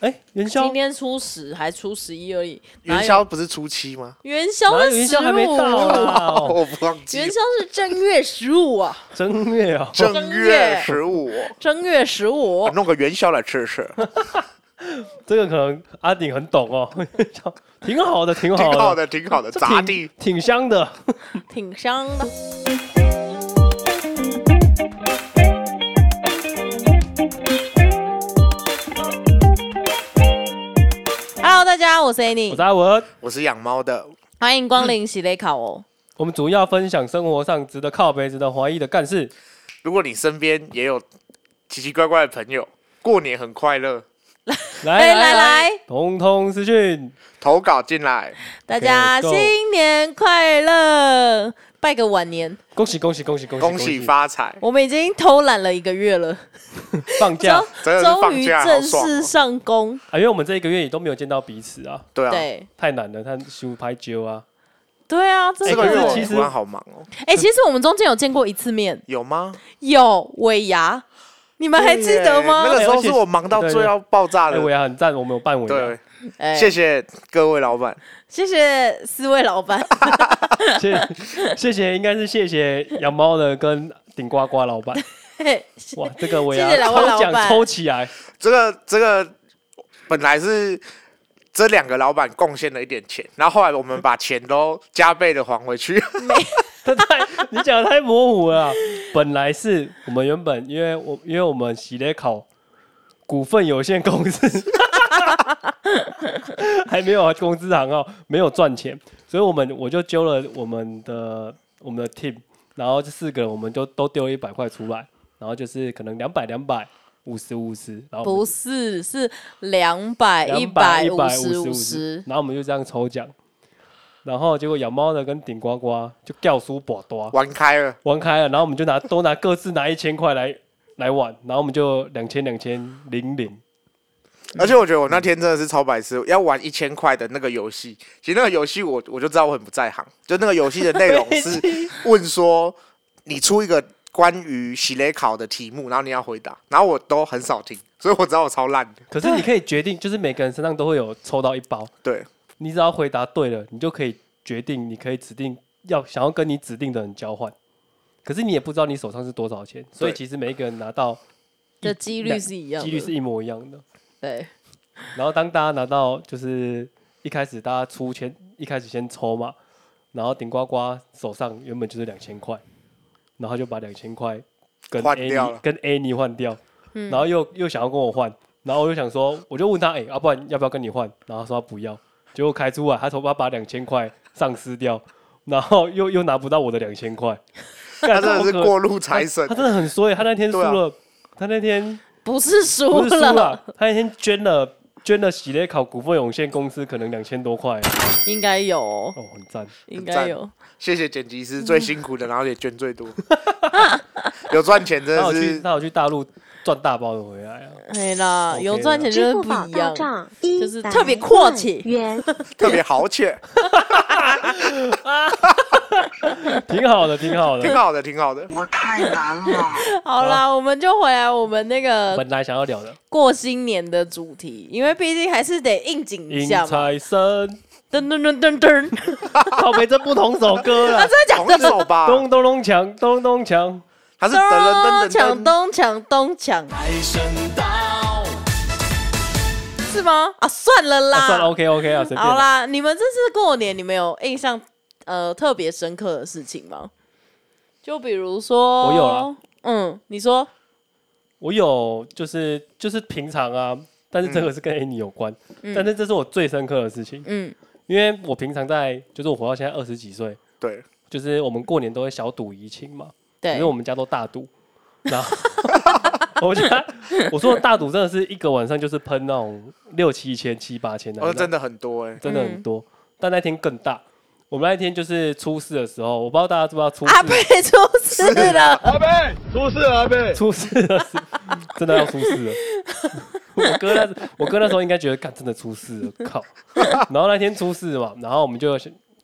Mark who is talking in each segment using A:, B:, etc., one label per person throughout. A: 哎，元宵
B: 今天初十还初十一而已，哪有
C: 元宵不是初七吗？
B: 元宵
A: 哪有
B: 是
A: 元
B: 十
A: 宵还没到
B: 五，
A: 啊？哦
C: 我不忘记
B: 元宵是正月十五啊，
A: 正月哦，
C: 正月十五，
B: 正月十五
C: 我。弄个元宵来吃吃，
A: 这个可能阿顶很懂哦， 挺好的，挺好
C: 挺
A: 的，
C: 好的，挺好的，
A: 这
C: 咋
A: 挺
C: 地？
A: 挺香的。
B: 挺香的。Hello，大家，我是
A: 我
B: Annie，
A: 是阿文，
C: 我是养猫的，
B: 欢迎光临喜雷烤哦。
A: 我们主要分享生活上值得靠背、值得怀疑的干事。
C: 如果你身边也有奇奇怪怪的朋友，过年很快乐，
A: 嗯来
B: 哎，来，来，
A: 通通私讯，
C: 投稿进来，
B: 大家
A: Okay，go
B: 新年快乐，拜个晚年。
A: 恭喜恭喜恭喜恭喜
C: 恭喜发财，
B: 我们已经偷懒了一个月了，
A: 放假
B: 终。
C: 真的是
B: 终
C: 放
B: 于
C: 假
B: 正
C: 好爽
B: 式
C: 哦。
B: 上工。
A: 啊，因为我们这一个月也都没有见到彼此啊，
C: 对啊，
B: 对
A: 太难了，他休拍揪啊，
B: 对啊，这
C: 这
A: 可
C: 个
A: 是
C: 月
A: 其
C: 其
A: 实
C: 实好忙哦，
B: 哎，其实我们中间有见过一次面，
C: 有吗？
B: 有尾牙，你们哎还记得吗？
C: 对耶那个时
A: 哎而
C: 候
A: 且
C: 是我忙到
A: 对对
C: 最要爆炸
A: 哎，
C: 的
A: 尾，牙很赞，我们有办啊尾牙
C: 对，，
B: 哎
C: 谢谢各位老板，
B: 谢谢四位老板，
A: 谢谢谢谢，应该是谢谢养猫的跟顶呱呱老板，
B: 嘿
A: 哇，这个尾牙
B: 谢谢两位
A: 抽
B: 老板
A: 奖抽起来，
C: 这个这个本来是这两个老板贡献了一点钱，然后后来我们把钱都加倍的还回去。
A: 这太你讲的太模糊了啊。本来是我们原本因为我因为我们喜来考股份有限公司 还没有公司行号，没有赚钱，所以我们我就揪了我们的我们的 team，然后这四个人我们就都丢一百块出来，然后就是可能两百两百五十五十，然后我们
B: 不是是两百哎一
A: 百
B: 五十
A: 五
B: 十，
A: 然后我们就这样抽奖，然后结果养猫的跟顶呱呱就掉书bỏ多
C: 玩开了，
A: 玩开了，然后我们就拿都拿各自拿一千块来 来玩，然后我们就两千两千零零，
C: 而且我觉得我那天真的是超白痴，要玩一千块的那个游戏。其实那个游戏我我就知道我很不在行，就那个游戏的内容是问说你出一个关于洗雷考的题目，然后你要回答，然后我都很少听，所以我知道我超烂的。
A: 可是你可以决定，就是每个人身上都会有抽到一包，
C: 对，
A: 你只要回答对了，你就可以决定，你可以指定要想要跟你指定的人交换。可是你也不知道你手上是多少钱，所以
C: 对
A: 其实每一个人拿到
B: 的几率是一样的，
A: 几率是一模一样的。
B: 对，
A: 然后当大家拿到就是一开始大家出钱，一开始先抽嘛，然后顶呱呱手上原本就是两千块，然后就把两千块跟
C: 换
A: A
C: 掉了
A: 跟 A 妮换掉，然后又又想要跟我换，然后我就想说，我就问他，哎、要、不然要不要跟你换？然后他说他不要，结果开出来，他头发把两千块丧失掉，然后又又拿不到我的两千块，
C: 他
A: 干
C: 真的是
A: 这么可
C: 过路财神
A: 他，真的很衰，他那天输
C: 对啊
A: 了，他那天。
B: 不是输
A: 不是输啊
B: 了，
A: 了，他那天捐了捐了喜来考股份有限公司可能两千多块，哦，
B: 应该有哦，
A: 很赞。
B: 应该有，
C: 谢谢剪辑师最辛苦的，然后也捐最多， 有赚钱真
A: 他有
C: 的
A: 去
C: 是
A: 他有去大陆赚大包的回来啊，
B: 哎啦，
A: OK
B: 有赚钱就
D: 支
B: 是
D: 付
B: 不
D: 宝
B: 一
D: 到
B: 样，
D: 账
B: 就是特别阔气
D: 100万元。
C: 特别豪气，
A: 挺好的，挺好
C: 挺
A: 的。
C: 好的，挺好的。
E: 我太难了。
B: 好啦，我们就回来我们那个
A: 本来想要聊的
B: 过新年的主题，因为毕竟还是得应景一
A: 迎
B: 下嘛，
A: 财神，
B: 噔噔噔噔 噔，啊
A: 靠北这不同首歌 啦，
C: 同一首吧，
A: 咚咚咚锵，咚咚锵，
C: 还是噔噔
B: 咚
C: 噔
B: 抢
C: 噔噔，
B: 咚抢咚抢，是吗？啊，算了啦，
A: 啊算了，OK OK 啊，随便
B: 好
A: 啦。
B: 啦，你们这次过年，你们有印象呃特别深刻的事情吗？就比如说，
A: 我有啊，
B: 嗯，你说
A: 我有就是就是平常啊，但是这个是跟 Annie 有关，但是这是我最深刻的事情，
B: 嗯，
A: 因为我平常在就是我活到现在二十几岁，
C: 对，
A: 就是我们过年都会小赌怡情嘛，因
B: 对
A: 为，我们家都大赌，然后 我家我说的大赌真的是一个晚上就是喷那种六七千、七八千那
C: 哦，
A: 种，
C: 真的很多哎，
A: 真的很多。但那天更大，我们那天就是初四的时候，我不知道大家知不知道初
B: 阿
A: 四
B: 贝出事了，
A: 啊 出事了，是真的要出事了。 我哥那我哥那时候应该觉得，干真的出事了，靠！然后那天出事嘛，然后我们就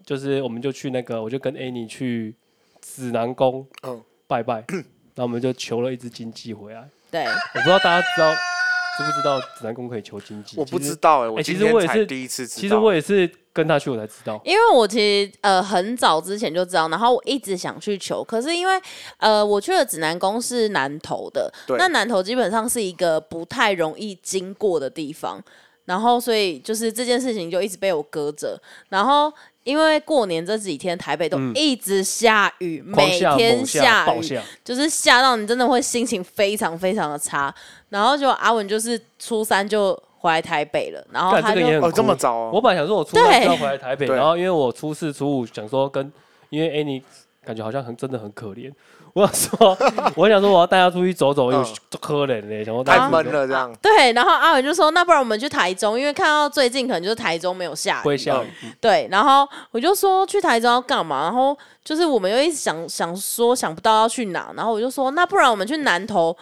A: 就是我们就去那个，我就跟 Annie 去指南宫
C: 嗯
A: 拜拜，然后我们就求了一只金鸡回来。
B: 对，
A: 我不知道大家知道，知不知道指南宫可以求经济？
C: 我不
A: 其实
C: 知。道哎，我
A: 哎其
C: 今
A: 实我
C: 天
A: 也
C: 才
A: 是
C: 第一次知道。
A: 其实我也是跟他去，我才知道。
B: 因为我其实呃很早之前就知道，然后我一直想去求，可是因为呃我去的指南宫是南投的
C: 对，
B: 那南投基本上是一个不太容易经过的地方，然后所以就是这件事情就一直被我搁着，然后。因为过年这几天台北都
A: 嗯
B: 一直下雨，
A: 狂
B: 每
A: 下
B: 天
A: 猛下暴
B: 雨，
A: 下，
B: 就是吓到你真的会心情非常非常的差。然后就阿文就是初三就回来台北了，然后
A: 干
B: 他
A: 这个
B: 就
A: 也很
C: 哦这么
A: 酷
C: 早哦
A: 我，本来想说我初三就要
B: 对
A: 回来台北，
C: 对
A: 然后因为我初四、初五想说跟，因为 Annie 感觉好像很真的很可怜，我想说，我想说我要带她出去走走，有
C: 嗯
A: 可怜欸嘞，想说带她
C: 太
A: 出去
C: 闷
A: 走
B: 啊
C: 了这样。
B: 对，然后阿伟就说：“那不然我们去台中，因为看到最近可能就是台中没有下
A: 不会
B: 雨。
A: 下雨，嗯”
B: 对，然后我就说去台中要干嘛？然后就是我们又一直想想说想不到要去哪，然后我就说：“那不然我们去南投，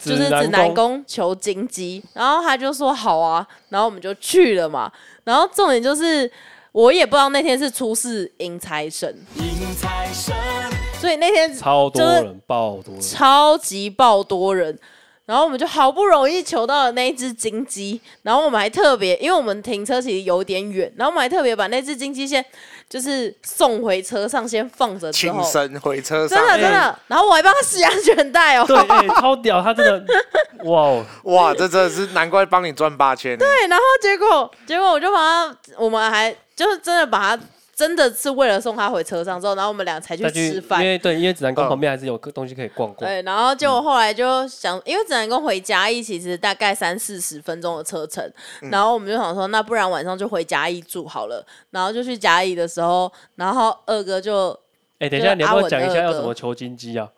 B: 就是指南宫求金鸡。”然后他就说：“好啊。”然后我们就去了嘛。然后重点就是我也不知道那天是初四迎财神，
D: 迎财神，
B: 所以那天
A: 超多
B: 就是
A: 人，爆多人，
B: 超级爆多人。然后我们就好不容易求到了那一只金鸡，然后我们还特别，因为我们停车其实有点远，然后我们还特别把那只金鸡先就是送回车上，先放着之
C: 轻
B: 后，
C: 身回车上
B: 真，的真的，然后我还帮他系安全带哦，
A: 对，哎超屌，他真 的，哇哦，
C: 哇，这真的是难怪帮你赚八千欸呢。
B: 对，然后结果结果我就把他，我们还就是真的把他，真的是为了送他回车上之后，然后我们俩才去
A: 再去，
B: 吃
A: 因
B: 饭，哎
A: 为对，因为指南宫
C: 嗯
A: 旁边还是有个东西可以逛逛，
B: 对，然后结果
A: 嗯
B: 后来就想，因为指南宫回嘉义其实大概三四十分钟的车程，
A: 嗯
B: 然后我们就想说，那不然晚上就回嘉义住好了。然后就去嘉义的时候，然后二哥就，
A: 哎，等一下
B: 就是
A: 你要不
B: 阿
A: 要
B: 文
A: 讲一
B: 的
A: 下
B: 二
A: 要
B: 哥
A: 怎么求金鸡啊？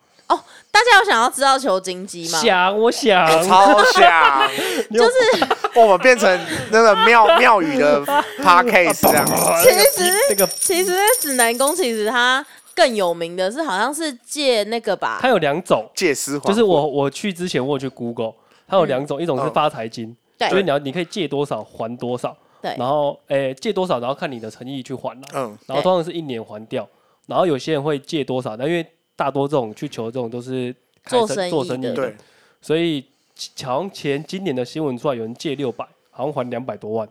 B: 大家有想要知道求金鸡吗？哎
A: 想，我想，
C: 我超想，
B: 就是
C: 我们变成 那个庙庙宇的 podcast 这样。
A: 其
B: 其实
A: 那个
B: 其实那指南宫其实它更有名的是好像是借那个吧
A: 它，有两种，
C: 借尸还
A: 就是我我去之前我有去 Google，它有两种，一种是
C: 嗯
A: 发财金，
B: 对
A: 就是你要你可以借多少还多少，
B: 对
A: 然后诶、借多少，然后看你的诚意去还啦。
C: 嗯，
A: 然后通常是一年还掉，然后有些人会借多少，但因为大多这种去求这种都是开
B: 做生意
A: 做生意
B: 的
A: 的
C: 对，，
A: 所以好像前今年的新闻出来，有人借六百，好像还两百多万，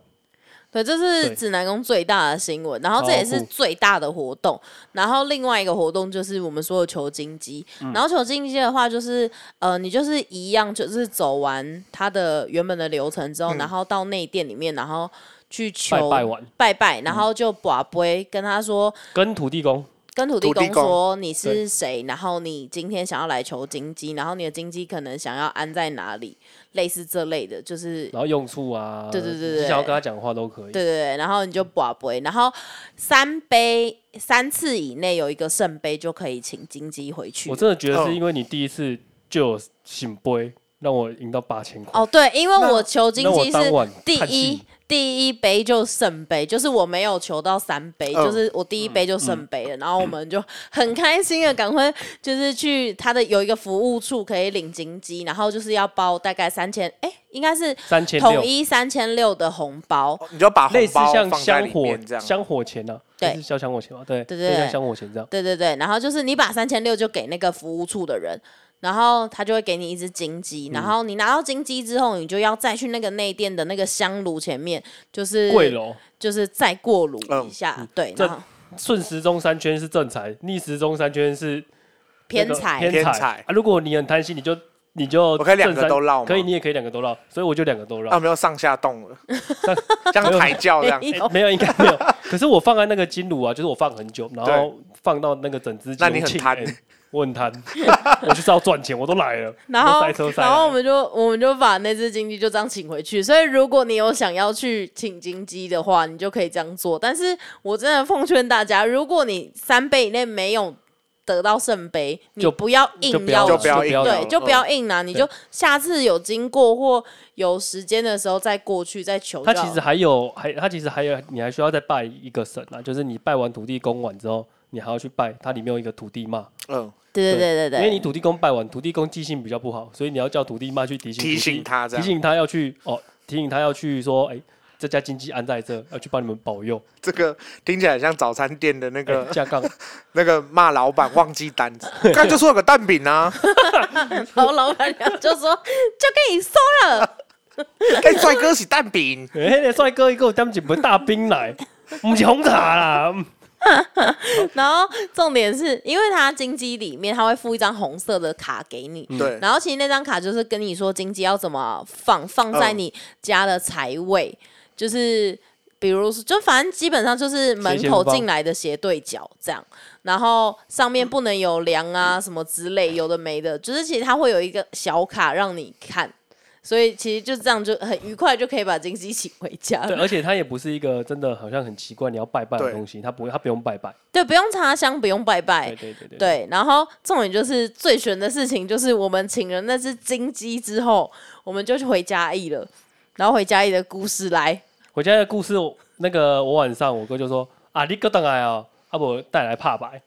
B: 对，这是
A: 对
B: 指南宫最大的新闻，然后这
A: 超
B: 也是
A: 酷
B: 最大的活动。然后另外一个活动就是我们说的求金鸡，
A: 嗯
B: 然后求金鸡的话就是呃，你就是一样就是走完它的原本的流程之后，然后到内殿里面，然后去
A: 拜
B: 求
A: 嗯拜完嗯
B: 拜拜然后就把杯跟他说，
A: 跟土地公
B: 跟土地
C: 土地
B: 公
C: 公
B: 说你
A: 对
B: 是谁，然后你今天想要来求金鸡，然后你的金鸡可能想要安在哪里，类似这类的，就是
A: 然后用处啊，
B: 对对对
A: 你
B: 对
A: 想要跟他讲话都可以。
B: 对对对，然后你就把杯，然后三杯三次以内有一个圣杯就可以请金鸡回去
A: 我。真的觉得是
C: 嗯
A: 因为你第一次就有醒杯，让我赢到八千块。
B: 哦，对，因为我求金
A: 那我
B: 鸡
A: 当
B: 是
A: 晚
B: 第
A: 叹
B: 一
A: 气，
B: 第一杯就圣杯，就是我没有求到三杯，
A: 哦
C: 嗯
B: 就是我第一杯就圣杯
A: 嗯
B: 了。然后我们就很开心的赶快就是去他的有一个服务处可以领金鸡，然后就是要包大概三千，哎，应该是
A: 三千六
B: 统，一三千六的红包。
C: 你就把
A: 类
C: 红
A: 似
C: 包
A: 像
C: 放在
A: 香
C: 里
A: 火
C: 面这样。
A: 香火钱啊，
B: 对
A: 类似叫香火钱嘛，对，
B: 对
A: 类
B: 对
A: 似像
B: 对
A: 香火钱这样。
B: 对对对，然后就是你把三千六就给那个服务处的人，然后他就会给你一只金鸡，
A: 嗯
B: 然后你拿到金鸡之后，你就要再去那个内店的那个香炉前面，就是
A: 贵，楼
B: 就是再过炉一
C: 嗯
B: 下，对，
A: 这
B: 然后
A: 顺时钟三圈是正财，逆时钟三圈是那
B: 偏
A: 个
B: 财，
A: 偏
C: 偏
A: 财
C: 财
A: 啊。如果你很贪心，你就你就我
C: 我可以两个都绕吗
A: 可以，你也可以两个都绕，所以我就两个都绕
C: 啊，。没有上下动了，
A: 上
C: 像抬轿 这样
B: 没。有
A: 没有，应该没有。可是我放在那个金炉啊，就是我放很久，然后
C: 对
A: 放到那个整只金炉。
C: 那你很
A: 庆
C: 贪
A: 哎我很贪， 我就是要赚钱，我都来了，
B: 然
A: 我
B: 后
A: 塞车，塞来
B: 然
A: 了。
B: 后我们就我们就把那只金鸡就这样请回去。所以，如果你有想要去请金鸡的话，你就可以这样做。但是我真的奉劝大家，如果你三杯以内没有得到圣杯，你
A: 就
B: 不要硬
A: 就不
B: 要
A: 要
C: 就不
A: 就
C: 要
A: 不要嗯
C: 硬
A: 了
B: 对，就不要硬拿，你就下次有经过或有时间的时候再过去再求就好
A: 他
B: 了。
A: 其实还有，还他其实还有，你还需要再拜一个神啊，就是你拜完土地公完之后，你还要去拜它里面有一个土地妈，
C: 嗯，
B: 对对对对对，
A: 因为你土地公拜完，土地公记性比较不好，所以你要叫土地妈去提醒
C: 提醒
A: 土地
C: 他这
A: 提
C: 样
A: 醒他要去哦，提醒他要去说，哎、这家经济安在这，要去帮你们保佑，
C: 这个听起来很像早餐店的那
A: 哎
C: 个
A: 架杠，
C: 那个骂老板忘记单子，刚就说有个蛋饼啊，
B: 然后老板娘就说就给你收了，
C: 跟帅哎哥是蛋饼，
A: 哎、那帅哥一个他们几杯大冰奶，我们红茶啦，
B: 然后重点是因为它金鸡里面它会附一张红色的卡给你，
A: 嗯
C: 对，
B: 然后其实那张卡就是跟你说金鸡要怎么放，放在
C: 嗯
B: 你家的财位，就是比如说，就反正基本上就是门
A: 斜前
B: 口
A: 方
B: 进来的斜对角这样，然后上面不能有梁啊什么之类，有的没的，就是其实它会有一个小卡让你看。所以其实就这样，就很愉快，就可以把金鸡请回家了
A: 对，。而且它也不是一个真的好像很奇怪你要拜拜的
C: 对
A: 东西，它不它不用拜拜，
B: 对，不用插香，不用拜拜
A: 对。对对对，
B: 对，然后重点就是最悬的事情，就是我们请了那只金鸡之后，我们就去回嘉义了。然后回嘉义的故事来，
A: 回家的故事，我那个我晚上我哥就说啊，你哥等来哦，啊我带来怕白，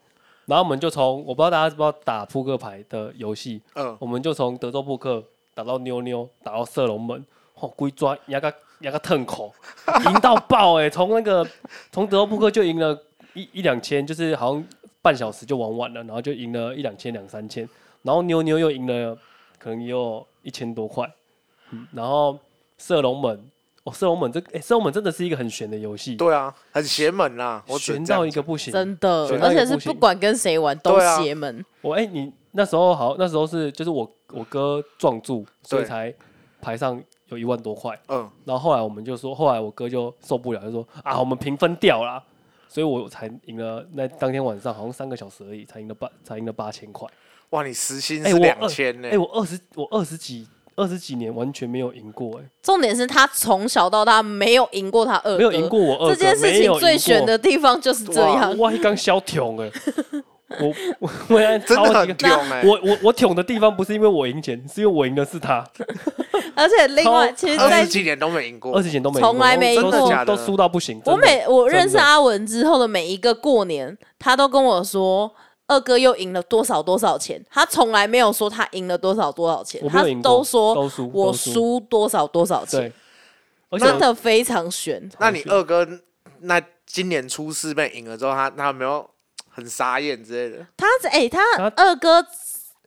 A: 然后我们就从我不知道大家知不知道打扑克牌的游戏，
C: 嗯，
A: 我们就从德州扑克打到妞妞，打到射龙门，哦，龟抓压个压个腾口， 赢到爆哎、从那个从德州扑克就赢了一一两千，就是好像半小时就玩完了，然后就赢了一两千两三千，然后妞妞又赢了可能也有一千多块，嗯，然后射龙门，哦，射龙门这哎、射龙门真的是一个很悬的游戏，
C: 对啊，很邪门啦，我只
A: 悬
C: 能这
A: 到
C: 样
A: 一个不行，
B: 真的
A: 对，那
B: 而且
A: 个
B: 是
A: 不行
B: 不管跟谁玩都
C: 对啊
B: 邪门。
A: 我哎、你那时候好，那时候是就是我我哥撞柱，所以
C: 对
A: 才排上有一万多块。
C: 嗯，
A: 然后后来我们就说，后来我哥就受不了，就说啊，我们平分掉啦。所以我才赢了那当天晚上好像三个小时而已，才赢了八才赢了八千块。
C: 哇，你时薪
A: 哎
C: 是
A: 我
C: 两
A: 二
C: 千呢
A: 哎、，我二十我二十几二十几年完全没有赢过、哎，
B: 重点是他从小到大没有赢过他二哥，
A: 没有赢过我二哥。
B: 这件事
A: 没有
B: 情
A: 赢过
B: 最悬的地方就是这
C: 哇
B: 样。
A: 我一刚消挺哎，我我 我原来
C: 真
A: 超
C: 的
A: 级
C: 很囧哎，
A: 我我我挺的地方不是因为我赢钱，是因为我赢的是他。
B: 而且另外，
A: 超
B: 其实
C: 二
B: 在
C: 十几年都没赢过
A: 二，十年都没赢
B: 从来
A: 过
B: 没
A: 都都
B: 赢过
A: 输
C: 假的
A: 都输到不行。
B: 我
A: 真的
B: 每我认
A: 真
B: 识
A: 的
B: 阿文之后的每一个过年，他都跟我说。二哥又赢了多少多少钱？他从来没有说他赢了多少多少钱
A: 我，没
B: 他
A: 有赢过
B: 都说
A: 都输，
B: 我
A: 都输，
B: 输多少多少钱，
A: 对，而且
B: 真
A: 我
B: 的非常悬。
C: 那你
A: 同学
C: 二哥那今年初四被赢了之后，他他有没有很傻眼之类的？
B: 他哎、他
A: 他
B: 二哥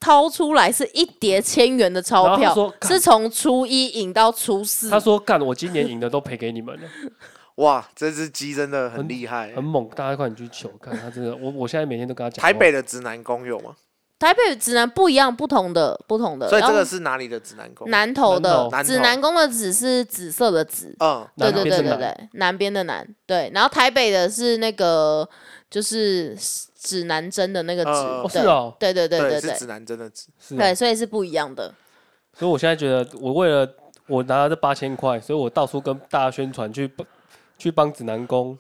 B: 掏出来是一叠千元的钞
A: 然后他
B: 票
A: 说，干
B: 是从初一赢到初四
A: 他，说干，我今年赢的都赔给你们了，
C: 哇，这只鸡真的很厉害
A: 很。猛，大家快点去求，看他真的，我我现在每天都跟他讲话，
C: 台北的直男工有吗？
B: 台北指南不一样，不同的不同的。
C: 所以这
B: 然
C: 个
B: 后
C: 是哪里的直男工？
B: 南投的
C: 南投
B: 指南宫的指是紫色的紫，
C: 嗯，
B: 对
A: 南
B: 对
A: 边
B: 对
A: 是
B: 对
A: 南
B: 对，南边的南，对。然后台北的是那个就是指南针的那个指，
C: 呃
A: 哦是
B: 对
A: 哦，
B: 对对对对
C: 是
B: 对
C: 直，男真的直。
A: 是
B: 对，
A: 啊，
B: 所以是不一样的。
A: 所以我现在觉得我为了我拿了这八千块，所以我到处跟大家宣传去帮去帮指南宫，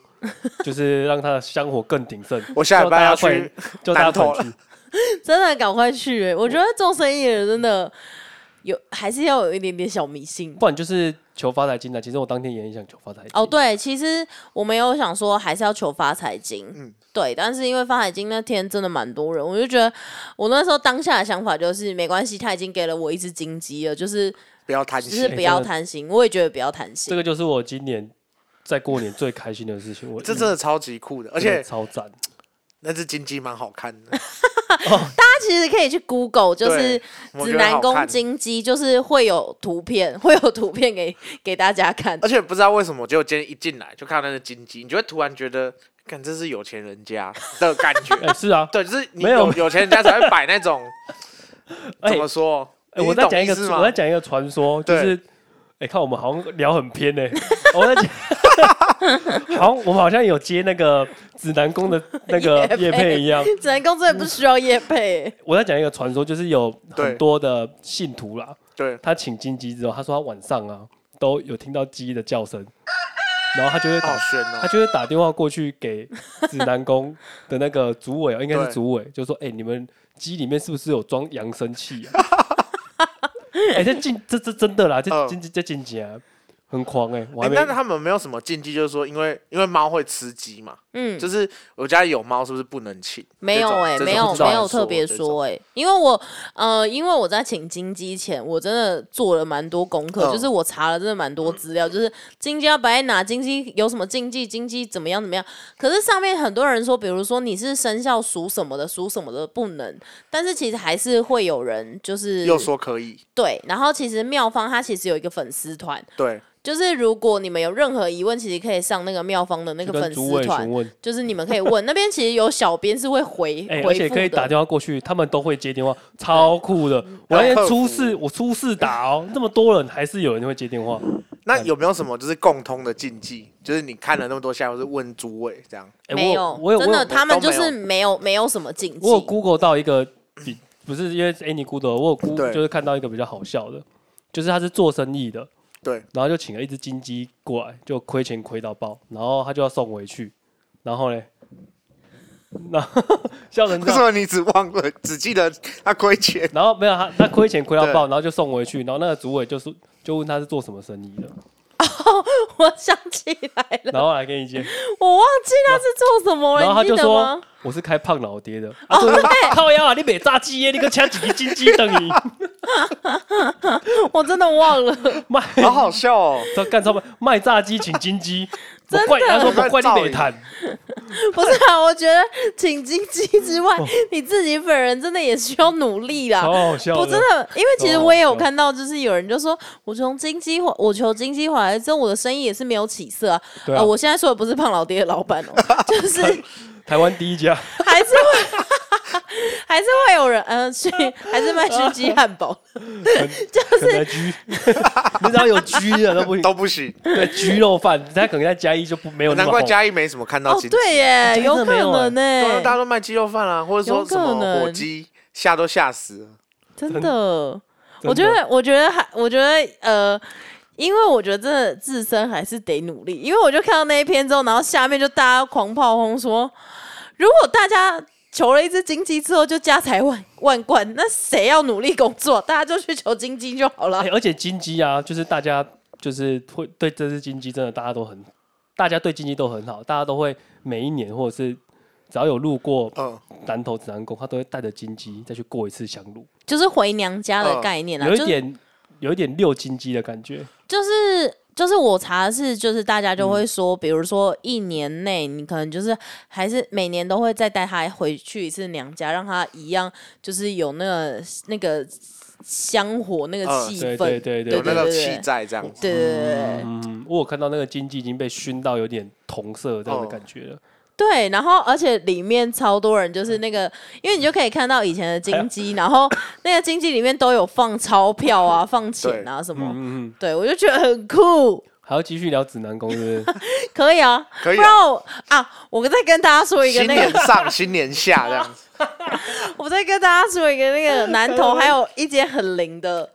A: 就是让他的香火更鼎盛，
C: 我下礼拜
A: 叫大
C: 要
A: 家快
C: 去
A: 点，叫大家
C: 南投
A: 快去，
B: 真的赶快去、欸！我觉得做生意的人真的有还是要有一点点小迷信。
A: 不然就是求发财金啊的。其实我当天也很想求发财金，
B: 哦，对，其实我没有想说还是要求发财金，嗯，对，但是因为发财金那天真的蛮多人，我就觉得我那时候当下的想法就是没关系，他已经给了我一只金鸡了，就是
C: 不要贪
B: 就
C: 心
B: 是
A: 哎。
B: 不要
A: 真的
B: 贪心，我也觉得不要贪心
A: 这。个就是我今年在过年最开心的事情，我
C: 这真的超级酷的，而
A: 而且
C: 且
A: 超赞。
C: 那只金鸡蛮好看 的，
B: 大家其实可以去 Google，就是
C: 对我
B: 指
C: 觉得
B: 南
C: 好
B: 宫
C: 看
B: 金鸡，就是会有图片，会有图片给给大家看。
C: 而且不知道为什么，结果今天一进来就看到那个金鸡，你就会突然觉得，看这是有钱人家的感 觉。
A: 哎、是啊，
C: 对，就是你
A: 没有
C: 有有钱人家才会摆那 种，
A: 哎、
C: 怎么说？
A: 哎
C: 你
A: 我再
C: 懂
A: 讲一个
C: 意思，吗
A: 我再讲一个传说，就
C: 对
A: 是，哎、看我们好像聊很偏呢、我在讲，好像我们好像有接那个指南宫 的那 个
B: 业
A: 叶
B: 配
A: 配一样。
B: 指南宫真的不需要业配、
A: 我在讲一个传说，就是有
C: 对
A: 很多的信徒啦，
C: 对，
A: 他请金鸡之后，他说他晚上啊都有听到鸡的叫声，然后他就会打
C: 好炫
A: 他
C: 哦！
A: 就会打电话过去 给指南宫的那个主委，应该是
C: 对
A: 主委，就说：“哎、你们鸡里面是不是有装扬 声器啊？”哎、这进这这真的啦，这
C: 嗯
A: 进这进级啊！很狂哎、我还
C: 哎
A: 没、
C: 但是他们没有什么禁忌，就是说，因为因为猫会吃鸡嘛，
B: 嗯，
C: 就是我家里有猫，是不是不能请？
B: 没有哎、
C: 哎、这种
B: 没有
C: 不知道
B: 没有
C: 怎么
B: 特别
C: 这种
B: 说哎、因为我呃，因为我在请金鸡前，我真的做了蛮多功课，
C: 嗯
B: 就是我查了真的蛮多资料，就是金鸡要摆在哪，金鸡有什么禁忌，金鸡怎么样怎么样。可是上面很多人说，比如说你是生肖属什么的，属什么的不能，但是其实还是会有人就是
C: 又说可以，
B: 对，然后其实妙方它其实有一个粉丝团，
C: 对，
B: 就是如果你们有任何疑问，其实可以上那个妙方的那
A: 就
B: 个
A: 跟
B: 粉
A: 诸
B: 丝
A: 位
B: 团
A: 询，问，
B: 就是你们可以问，那边其实有小编是会 回、
A: 哎、而
B: 回
A: 且
B: 复
A: 可以打
B: 的。嗯
A: 电话过去，他们都会接电话，超酷的。我那天
C: 客服
A: 出事，我出事打哦，那么多人还是有人会接电话。
C: 那有没有什么就是共通的禁忌？就是你看了那么多下，或是问诸位这样，
A: 哎，
B: 没
A: 我我有
B: 有，真
A: 我
B: 的，
A: 有
B: 他们就
C: 都
B: 是没有没有什么禁忌
A: 我。有 Google 到一个比不是因为 Annie Google，我有 Google
C: 对
A: 就是看到一个比较好笑的，就是他是做生意的，
C: 对，
A: 然后就请了一只金鸡过来，就亏钱亏到爆，然后他就要送回去，然后嘞，那笑成这
C: 为什
A: 样。
C: 么你只忘了只记得他亏钱？
A: 然后没有他，他亏钱亏到
C: 对
A: 爆，然后就送回去。然后那个主委就是就问他是做什么生意的，
B: 我想起来了，
A: 然后来给你接。
B: 我忘记他是做什么
A: 然后
B: 了，
A: 他
B: 你记
A: 就
B: 得
A: 说
B: 吗？哦
A: 我是开胖老爹的，他说靠腰啊，你别炸鸡耶，你个抢几个金鸡等 你
B: 我真的 忘了，
A: 卖，
C: 好好笑哦！
A: 他干什么卖炸鸡请金鸡，不
B: 真的
A: 怪他说不怪你北谈，
B: 不是啊？我觉得请金鸡之外，你自己本人真的也需要努力啦。
A: 哦超好笑
B: 我真的，因为其实
A: 哦
B: 我也有
A: 哦
B: 看到，就是有人就说，我从金鸡回，我求金鸡回来之后，我的生意也是没有起色啊。
A: 对啊
B: 呃，我现在说的不是胖老爹的老板哦， 就是
A: 台湾第一家，
B: 还是会，还是会有人，嗯、呃，去还是卖熏鸡汉堡，
A: 肯德 基，你只要有居的都不行，
C: 都不行，
A: 对，居肉饭，他可能在嘉义就不没有那
C: 难
A: 么
C: 怪
A: 红
C: 嘉义没什么看到
B: 哦，
C: 金鸡，
B: 对耶，
A: 真的
B: 有可
A: 没有欸
B: 能
C: 对啊
B: 呢，
C: 大家都卖鸡肉饭啊，或者
B: 有
C: 说
B: 可
C: 什么火
B: 能
C: 鸡，吓都吓死了。
B: 真
A: 真
B: 的，我觉
A: 真的
B: 得，我觉得还，我觉得，呃。因为我觉得真的自身还是得努力，因为我就看到那一篇之后，然后下面就大家狂炮轰说，如果大家求了一只金鸡之后就家财万万贯，那谁要努力工作？大家就去求金鸡就好了
A: 哎。而且金鸡啊，就是大家就是会对这只金鸡真的大家都很，大家对金鸡都很好，大家都会每一年或者是只要有路过
C: 嗯，
A: 南投指南宫，他都会带着金鸡再去过一次香炉，
B: 就是回娘家的
C: 嗯
B: 概念啊，
A: 有一
B: 就是
A: 点有一点六金鸡的感觉，
B: 就是就是我查的是，就是大家就
A: 嗯
B: 会说，比如说一年内，你可能就是还是每年都会再带他回去一次娘家，让他一样就是有那个那个香火那个
C: 嗯
B: 气
A: 对
B: 氛，
A: 对对对
C: 有
B: 对对
C: 那个
B: 对
C: 气在这样子。
B: 对对对
A: 嗯，我有看到那个金鸡已经被熏到有点同色这样的感觉了，
C: 哦
B: 对，然后而且里面超多人，就是那个，因为你就可以看到以前的金鸡，然后那个金鸡里面都有放钞票啊、放钱啊什么，
A: 嗯嗯，
B: 对我就觉得很酷，
A: 还要继续聊指南宫是 不是？
B: 可以啊，
C: 可以
B: 不
C: 啊
B: 然我啊，我再跟大家说一个
C: 新
B: 那个
C: 年上，新年下这样子。
B: 我再跟大家说一个，那个南头还有一间很灵的，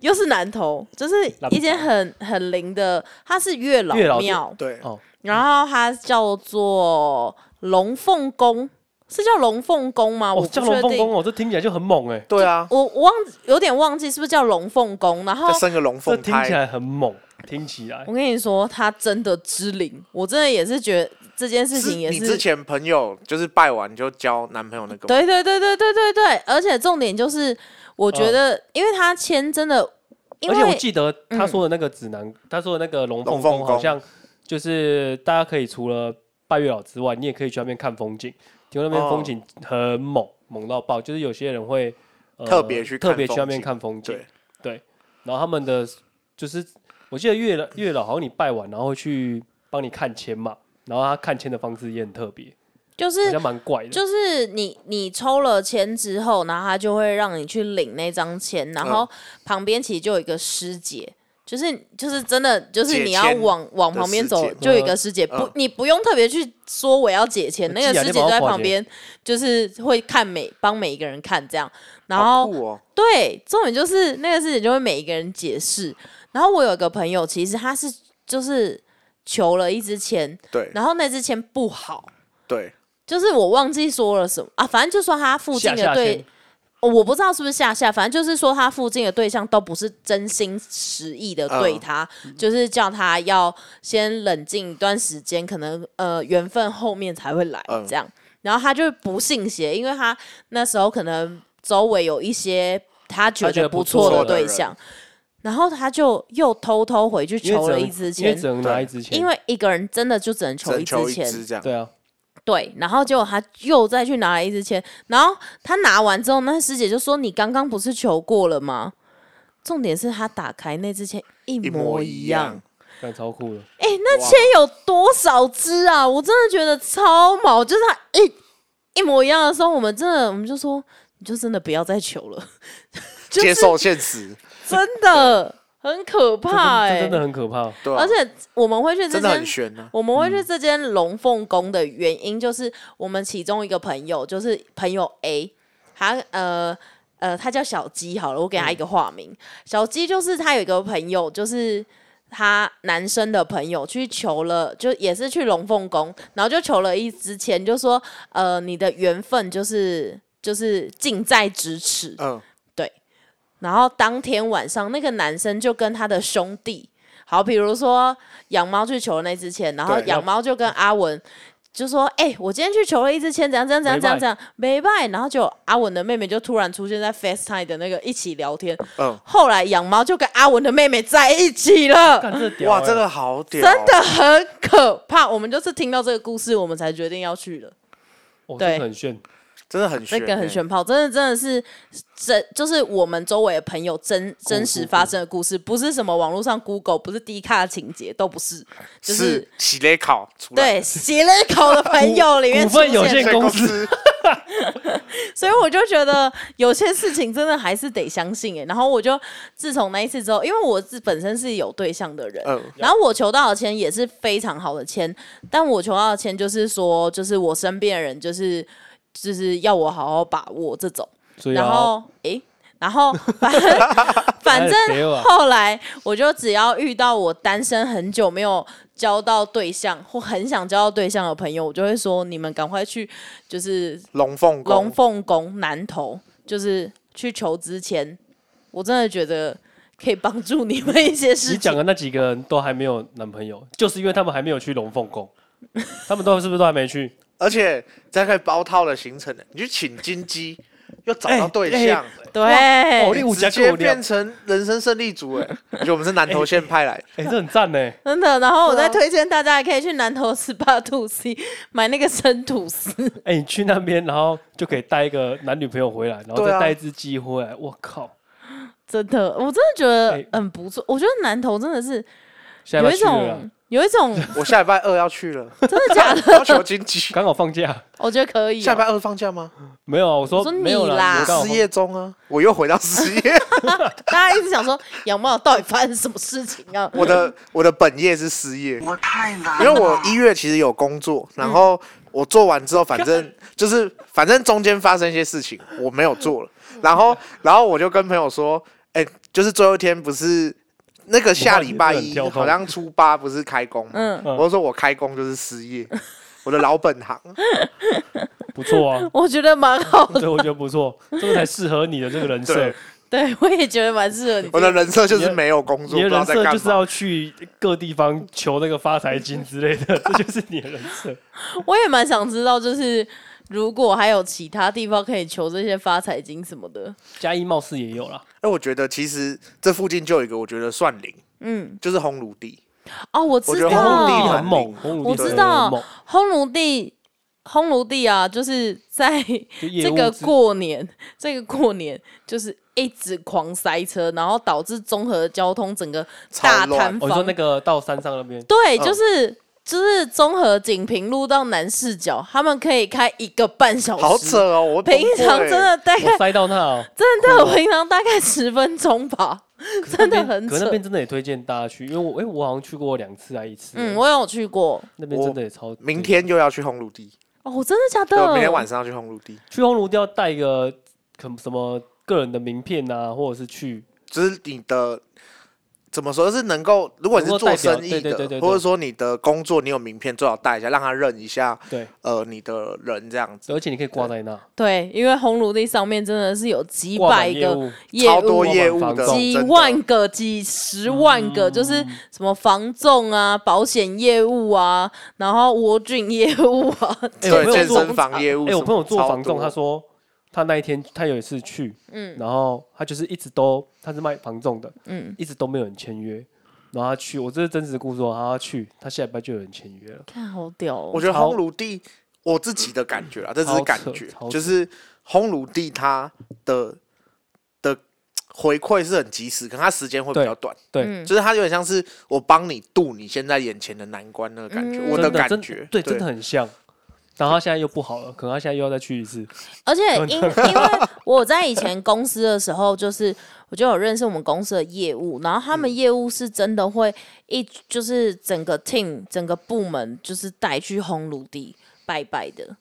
B: 又是南头，就是一间很很灵的，它是月老
A: 月老
B: 庙，
C: 对，
A: 哦，
B: 然后它叫做龙凤宫，是叫龙凤宫吗？
A: 哦，
B: 我不
A: 叫龙
B: 确
A: 凤
B: 定
A: 宫，哦，这听起来就很猛哎，
C: 对啊，
B: 我我忘有点忘记是不是叫龙凤宫，然后
C: 再生个龙
A: 这
C: 凤
A: 听起
C: 胎，
A: 来很猛，听起来
B: 我跟你说，它真的之灵，我真的也是觉得这件事情也
C: 你
B: 是
C: 之前朋友就是拜完就交男朋友那个吗，
B: 对对对对对对对，而且重点就是，我觉
A: 嗯
B: 得、因为他签真的，因
A: 而且我
B: 为嗯
A: 记得他说的那个指南，他说的那个龙凤
C: 龙凤
A: 宫好
C: 宫
A: 像就是大家可以除了拜月老之外，你也可以去那边看风景。听说那边
C: 哦
A: 风景很猛，猛到爆，就是有些人会、呃
C: 特别去看
A: 特别去那边
C: 风景
A: 看风景
C: 对，
A: 对。然后他们的就是，我记得月老月老好像你拜完，然后会去帮你看签嘛，然后他看签的方式也很特别，
B: 就
A: 好
B: 是
A: 像蛮怪的。
B: 就是你你抽了签之后，然后他就会让你去领那张签，然后
C: 嗯
B: 旁边其实就有一个师姐。就是就是真的就是
C: 解
B: 你要
C: 签
B: 往往
C: 的
B: 旁边
C: 师
B: 走
C: 姐，
B: 就有一个师姐，不
C: 嗯啊
B: 你不用特别去说我要解签，那
A: 既
B: 个
A: 然
B: 师
A: 你把
B: 姐就
A: 我
B: 在
A: 化
B: 旁
A: 解
B: 边，就是会看每帮每一个人看这样，然
C: 好
B: 后
C: 酷哦，
B: 对，重点就是那个事情就会每一个人解释。然后我有一个朋友，其实他是就是求了一支签，
C: 对
B: 然后那支签不好，
C: 对，
B: 就是我忘记说了什么啊，反正就说他附近
A: 下
B: 的
A: 下
B: 对
A: 签
B: 哦我不知道是不是下下，反正就是说他附近的对象都不是真心实意的对他，
A: 嗯
B: 就是叫他要先冷静一段时间，可能呃缘分后面才会来
C: 嗯
B: 这样。然后他就不信邪，因为他那时候可能周围有一些他觉
A: 他觉
B: 得
A: 得
B: 不
A: 不
B: 错
A: 错
B: 的
C: 的
B: 对
C: 人
B: 象，然后他就又偷偷回去
A: 因为
B: 求了
A: 只
B: 一
A: 能
B: 支
A: 因为
B: 签，
A: 只能拿一支签，
B: 因为一个人真的就只能求
C: 只
B: 一
C: 求
B: 支
C: 一
B: 签，
C: 支这样。
A: 对啊，
B: 对，然后结果他又再去拿了一支签，然后他拿完之后，那师姐就说：“你刚刚不是求过了吗？”重点是他打开那支签一
C: 一
B: 模
C: 模
B: 一
C: 一
B: 样
C: 样，，
A: 但超酷的，
B: 哎、那签有多少支啊？我真的觉得超毛，就是他一一模一样的时候，我们真的我们就说，你就真的不要再求了， 就
C: 接
B: 是
C: 受现实，
B: 真的很可
A: 这真
B: 怕哎、
A: 这真的很可怕。
C: 对啊
B: 而且我们会去这
C: 真的
B: 间
C: 很啊悬呢。
B: 我们会去这间龙凤宫的原因，就是我们其中一个朋友，就是朋友 A，他呃呃，他叫小鸡好了，我给他一个化名。小鸡就是他有一个朋友，就是他男生的朋友去求了，就也是去龙凤宫，然后就求了一支签，就说呃，你的缘分就是就是近在咫尺，
C: 嗯，
B: 然后当天晚上，那个男生就跟他的兄弟，好，比如说养猫去求那支签，然后
C: 对
B: 养猫就跟阿文就说：“哎、我今天去求了一支签，怎样怎样怎样怎样怎样，没拜。”然后就阿文的妹妹就突然出现在 FaceTime 的那个一起聊天，
C: 嗯，
B: 后来养猫就跟阿文的妹妹在一起了。
A: 干这屌
C: 哇，
A: 欸
C: 这个好屌，
B: 真的，很可怕，我们就是听到这个故事，我们才决定要去的。
A: 哦
B: 对
A: 这个很炫，
C: 真的很
B: 那
C: 悬欸，
B: 个很炫炮，真的真的是真，就是我们周围的朋友真真实发生的故事，不是什么网络上 Google，不是低卡情节，都不是，就是
C: 是喜雷考出来，
B: 对写了一口的朋友里面
A: 股股份
B: 出
A: 有
B: 现
A: 限
C: 这
A: 公
C: 公
A: 司
C: 司
B: 所以我就觉得有些事情真的还是得相信哎、然后我就自从那一次之后，因为我自本身是有对象的人，
C: 嗯
B: 然后我求到的签也是非常好的签，但我求到的签就是说，就是我身边的人就是就是要我好好把握这种。
A: 所以
B: 然
A: 啊，
B: 后诶，然后反反
A: 哎没有
B: 正
A: 啊
B: 后来我就只要遇到我单身很久没有交到对象或很想交到对象的朋友，我就会说你们赶快去就是
C: 龙凤宫
B: 龙凤宫南头，就是去求之前，我真的觉得可以帮助你们一些事
A: 你讲
B: 情。
A: 的那几个人都还没有男朋友，就是因为他们还没有去龙凤宫，他们都是不是都还没 去？
C: 而且这样可以包套的行程呢，欸你去请金鸡，又找
B: 哎
C: 到对象，
B: 对，
A: 哦你有
C: 直
A: 加
C: 接
A: 过料，
C: 变成人生胜利组哎！而且我们是南投县派来的，
A: 哎，这很赞呢。
B: 真的。然后我
C: 对
B: 再
C: 啊
B: 推荐大家，也可以去南头 SPA 吐司买那个生吐司。
A: 哎，你去那边，然后就可以带一个男女朋友回来，然后
C: 对
A: 再
C: 啊
A: 带一只鸡回来。我靠，
B: 真的，我真的觉得
A: 哎
B: 很不错。我觉得南投真的是
A: 现在
B: 有
A: 要
B: 一
A: 去了啦
B: 种，有一种
C: 我下礼拜二要去了，
B: 真的假的？
C: 要求金 鸡。
A: 刚好放假，
B: 我觉得可以哦、
C: 下礼拜二放假吗？
A: 没有啊？我
B: 我
A: 说
B: 说
A: 没有
B: 你啦
A: 我刚好
C: 失业中啊，我又回到失业。
B: 大家一直想说养猫到底发生什么事情啊？
C: 我的我的本业是失业，
D: 我太难了。
C: 因为我一月其实有工作，然
B: 嗯
C: 后我做完之后，反正 就是反正中间发生一些事情，我没有做了。然后然后我就跟朋友说，哎、就是最后一天不是那个下礼拜
A: 我怕你
C: 一
A: 真的很跳动
C: 好像初八不是开工吗？
B: 嗯，
A: 嗯
C: 我就说我开工就是失业，我的老本行。
A: 不错啊
B: 我觉得蛮好的，
A: 这我觉得不错，这个才适合你的这个人设
C: 对。
B: 对我也觉得蛮适合你这个。
C: 我的人设就是没有工作，
A: 你的
C: 不知
A: 人
C: 道在
A: 设
C: 干
A: 就是
C: 嘛
A: 要去各地方求那个发财金之类的，这就是你的人设。
B: 我也蛮想知道，就是如果还有其他地方可以求这些发财金什么的，
A: 嘉义貌似也有啦，
C: 哎，我觉得其实这附近就有一个，我觉得算灵，
B: 嗯，
C: 就是红炉地。
B: 哦，我知
C: 我觉得
A: 哎红
C: 红
A: 炉地
B: 道
A: 很，猛，红炉地
B: 我
A: 真
B: 知
A: 的
B: 道
A: 很猛，
B: 烘炉地，烘炉地啊，就是在
A: 就业
B: 这
A: 务
B: 个
A: 之哦
B: 过年，这个过年就是一直狂塞车，然后导致综合交通整个大
C: 超乱
B: 瘫
A: 哦，你说
B: 方。
A: 那个到山上那边，
B: 对，
C: 嗯
B: 就是、就是综合锦屏路到南市角，他们可以开一个半小时。
C: 好扯哦！我
B: 平常真的大
A: 我
B: 概
A: 塞到那哦，
B: 真的，我平常大概十分钟吧，真的很
A: 可是那
B: 扯
A: 边。真的也推荐大家去，因为我哎，我好像去过两次还啊一次，
B: 嗯，我有去过
A: 那边真的也超。
C: 明天又要去红炉地，
B: 哦，真的假
C: 对，
B: 的？
C: 明天晚上要去红炉地。
A: 去红炉地要带一个 可什么个人的名片啊，或者是去
C: 就是你的怎么说，就是能够，如果你是
A: 能够代
C: 做
A: 表
C: 生意
A: 对对对
C: 的，
A: 对对
C: 或者说你的工作，你有名片，最好带一下，让他认一下，
A: 对，
C: 呃，你的人这样子，
A: 而且你可以挂在那，
B: 对，因为红炉地上面真的是有几
A: 挂
B: 百
A: 满业
B: 个
A: 务，
B: 业
C: 超多
B: 务，
C: 业务的，
A: 业务
B: 几
C: 真的嗯
B: 万个、几十万个，就是什么房仲啊、保险业务啊，然后窝菌业务啊，
A: 哎
C: 对
A: 我朋
C: 健
A: 友做
C: 身房业务
A: 哎、
C: 什么，
A: 我朋友做
C: 超
A: 房仲，
C: 多
A: 他说他那一天他有一次去，
B: 嗯
A: 然后他就是一直都他是卖房仲的，
B: 嗯，
A: 一直都没有人签约。然后他去，我这是真实的故事哦。他去，他下礼拜就有人签约了。
B: 看好屌哦，
C: 我觉得
A: 超
C: 烘炉地，我自己的感觉啊，这只是
A: 超
C: 感
A: 扯
C: 觉
A: 超，
C: 就
A: 扯
C: 是烘炉地它的的回馈是很及时，可能它时间会比
A: 对
C: 较短，
A: 对，
B: 嗯
C: 就是它有点像是我帮你渡你现在眼前的难关那个感觉，
B: 嗯
C: 我
A: 真的
C: 感
A: 真
C: 觉，
A: 对，真的很像。然后他现在又不好了，可能他现在又要再去一次。
B: 而且因因为我在以前公司的时候，就是我就有认识我们公司的业务，然后他们业务是真的会一就是整个 team 整个部门就是带去烘炉地拜拜的。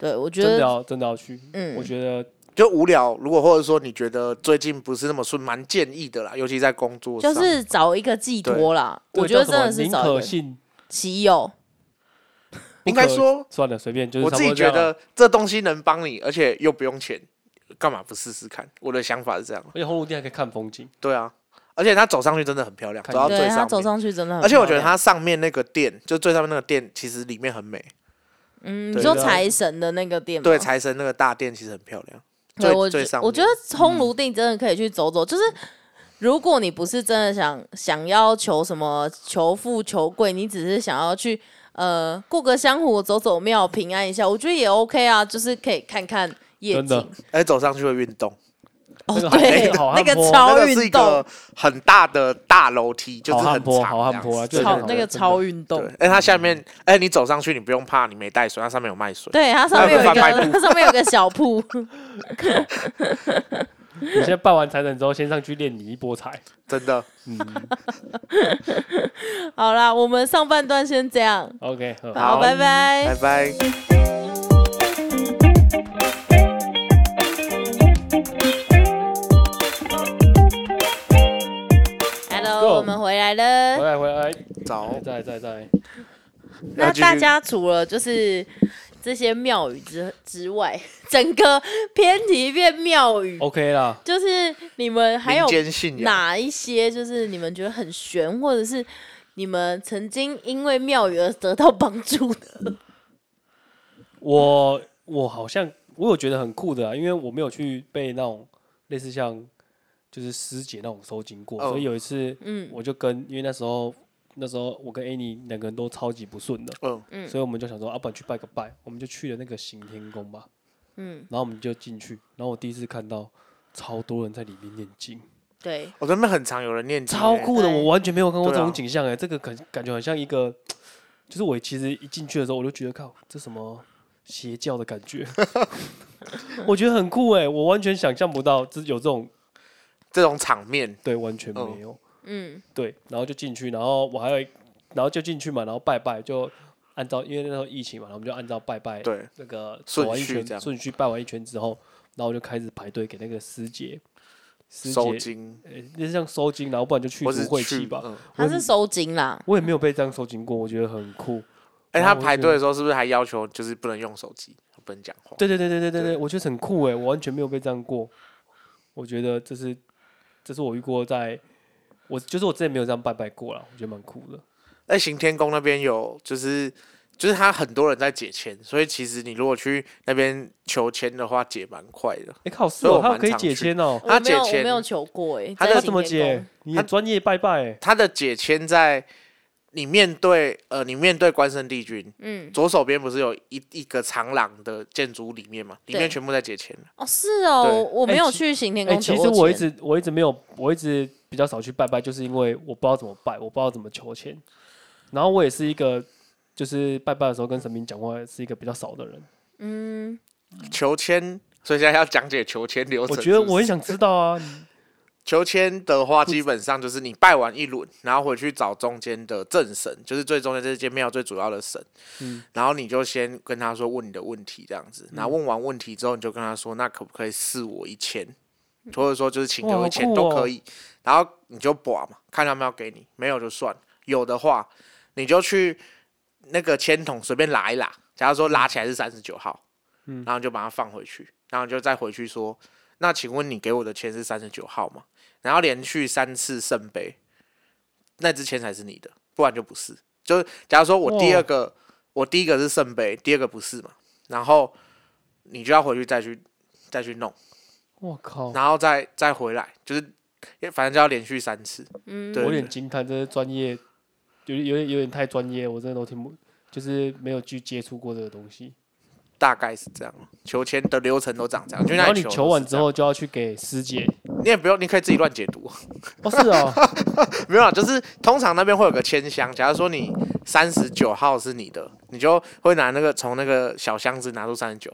B: 对，我觉
A: 真的
B: 得
A: 要真的要去。
B: 嗯
A: 我觉得
C: 就无聊。如果或者说你觉得最近不是那么顺，蛮建议的啦，尤其在工作
B: 就
C: 上，
B: 是找一个寄托啦。
A: 对
B: 我觉得
A: 叫
B: 真
A: 什么
B: 的是
A: 宁
B: 找一
A: 可
B: 个
A: 信，
B: 骑友，
A: 不
C: 应该
A: 可
C: 说
A: 算了，随便就是
C: 我
A: 差
C: 自
A: 不
C: 己
A: 多这样啊。
C: 觉得这东西能帮你，而且又不用钱，干嘛不试试看？我的想法是这样，
A: 而且红炉地还可以看风景，
C: 对啊，而且它走上去真的很漂亮，走
A: 看到
C: 到最
B: 对
C: 上
B: 他
C: 面
B: 走。上去真的很，
C: 而且我觉得，它上面那个店，就最上面那个店，其实里面很美。
B: 嗯，你
C: 对
B: 说
A: 对
B: 财神的那个店吗，
C: 对，财神那个大殿其实很漂亮。
B: 嗯对，
C: 最
B: 我
C: 最
B: 觉
C: 上
B: 我觉
C: 面嗯
B: 得烘炉地真的可以去走走，就是如果你不是真的想想要求什么求富求贵，你只是想要去呃过个香火走走庙平安一下，我觉得也 OK 啊，就是可以看看夜
A: 真的
B: 景。
C: 而且走上去会运动，
B: 哦，
A: 那个好
B: 对，
A: 那个好汉
B: 那个
A: 坡
C: 那
B: 超
C: 个是一
B: 运动
C: 个，很大的大楼梯，就是
A: 好
C: 很
A: 汉坡
C: 长
A: 好汉
C: 这样
A: 坡啊
C: 子
A: 就是
B: 超
A: 很好
B: 那个
A: 真的
B: 超运动
C: 对。，哎，它下面，哎，你走上去，你不用怕你没带水，它上面有卖水。
B: 对，它上面有一
C: 那个贩卖
B: 个，它上面有个小铺，
A: 你先办完财神之后，先上去练你一波财。
C: 真的，
A: 嗯
B: 好啦，我们上半段先这样，
A: ，OK，好
B: 好，
C: 好
B: 拜拜
C: 拜。拜。
B: Hello，
A: Go
B: 我们回来
A: 回
B: 了。
A: 来回来，哎
C: 走，
A: 再再再，
B: 那
C: 要继续
B: 大家除了就是这些庙宇之之外，整个偏题变庙宇，
A: OK 啦。
B: 就是你们还有
C: 民间信仰，
B: 哪一些就是你们觉得很悬，或者是你们曾经因为庙宇而得到帮助 的？
A: 我我好像我有觉得很酷的啊，因为我没有去被那种类似像就是师姐那种收金过，
C: 哦
A: 所以有一次
B: 嗯
A: 我就跟因为那时候那时候我跟 Annie 两个人都超级不顺的，
C: 嗯，
B: 嗯
A: 所以我们就想说，啊，不然去拜个拜，我们就去了那个行天宫吧，
B: 嗯，
A: 然后我们就进去，然后我第一次看到超多人在里面念经，
B: 对，
C: 我这边很常有人念经
A: 超
C: 欸
A: 酷的，
B: 对
A: 我完全没有看过
C: 对
A: 这
C: 啊
A: 种景象哎、这个感感觉很像一个，就是我其实一进去的时候，我就觉得靠，这什么邪教的感 觉，我觉得很酷哎、我完全想象不到这有这种，
C: 哎这种场面，
A: 对，完全
C: 嗯
A: 没有，
B: 嗯
A: 对，然后就进去，然后我还有一，然后就进去嘛，然后拜拜就。按照，因为那时候疫情嘛，然后我们就按照拜拜
C: 对，
A: 那个
C: 顺
A: 走完一
C: 序
A: 圈
C: 这样
A: 顺序拜完一圈之后，然后我就开始排队给那个师姐，师
C: 收
A: 姐
C: 经
A: 呃那是像收金，然后不然就去
C: 或
A: 除
C: 是
A: 晦
C: 去
A: 气吧。
C: 嗯
B: 它是收金啦，
A: 我也没有被这样收金过，我觉得很酷。
C: 哎，
A: 然
C: 他
A: 后
C: 排
A: 就
C: 队的时候是不是还要求就是不能用手机，不能讲话？
A: 对对对对对对
C: 对
A: 对，我觉得很酷哎，我完全没有被这样过。我觉得这是这是我遇过在，我就是我之前没有这样拜拜过啦，我觉得蛮酷的。
C: 在行天宫那边有，就是就是他很多人在解签，所以其实你如果去那边求签的话，解蛮快的。
A: 哎，靠，是
C: 所以我
A: 哦，他
C: 蛮
A: 可以
C: 常
A: 解
C: 去
A: 签哦。
B: 我
C: 它
B: 没有
C: 解
B: 我
C: 签
B: 没有求过哎、欸，
C: 它
A: 他
B: 在
A: 怎么解？？你
C: 他
A: 很专业拜拜哎，
C: 他的解签在你面对呃，你面对关圣帝君，
B: 嗯，
C: 左手边不是有一一个长廊的建筑物里面嘛？里
B: 对
C: 面全部在解签
B: 哦是哦，
C: 对
B: 我我没有
A: 哎其
B: 去行天
A: 哎，
B: 宫
A: 其
B: 求过
A: 实
B: 签。
A: 我一直我一直没有，我一直比较少去拜拜，就是因为我不知道怎么拜，我不知道怎么求签。然后我也是一个，就是拜拜的时候跟神明讲话是一个比较少的人。
B: 嗯，
C: 求签。所以现在要讲解求签流程
A: 我
C: 是不
A: 觉
C: 是。
A: 得我很想知道啊，
C: 求签的话，基本上就是你拜完一轮，然后回去找中间的正神，就是最中间这间庙最主要的神，
A: 嗯
C: 然后你就先跟他说问你的问题这样子，然后问完问题之后，你就跟他说，那可不可以赐我一千？或者说就是请给
A: 嗯哇
C: 我
A: 好
C: 钱
A: 酷
C: 都
A: 哦
C: 可以，然后你就把嘛，看他们要给你，没有就算，有的话你就去那个签筒随便拉一拉，假如说拉起来是三十九号，
A: 嗯
C: 然后就把它放回去，然后你就再回去说，那请问你给我的签是三十九号吗？然后连续三次圣杯，那支签才是你的，不然就不是。就是假如说我第
A: 哇
C: 二个，我第一个是圣杯，第二个不是嘛，然后你就要回去再去再去弄。
A: 我靠，
C: 然后再再回来，就是反正就要连续三次。
B: 嗯
A: 我
C: 对
A: 有点惊叹，这是专业，有点有点有点太专业，我真的都听不，就是没有去接触过这个东西。
C: 大概是这样。求签的流程都长这样，就
A: 然
C: 像
A: 后你
C: 球
A: 求完
C: 是
A: 之
C: 这样，
A: 后就要去给师姐，
C: 你也不用，你可以自己乱解读。
A: 哦是 哦，
C: 没有啦，就是通常那边会有个签箱，假如说你三十九号是你的，你就会拿那个从那个小箱子拿出三十九，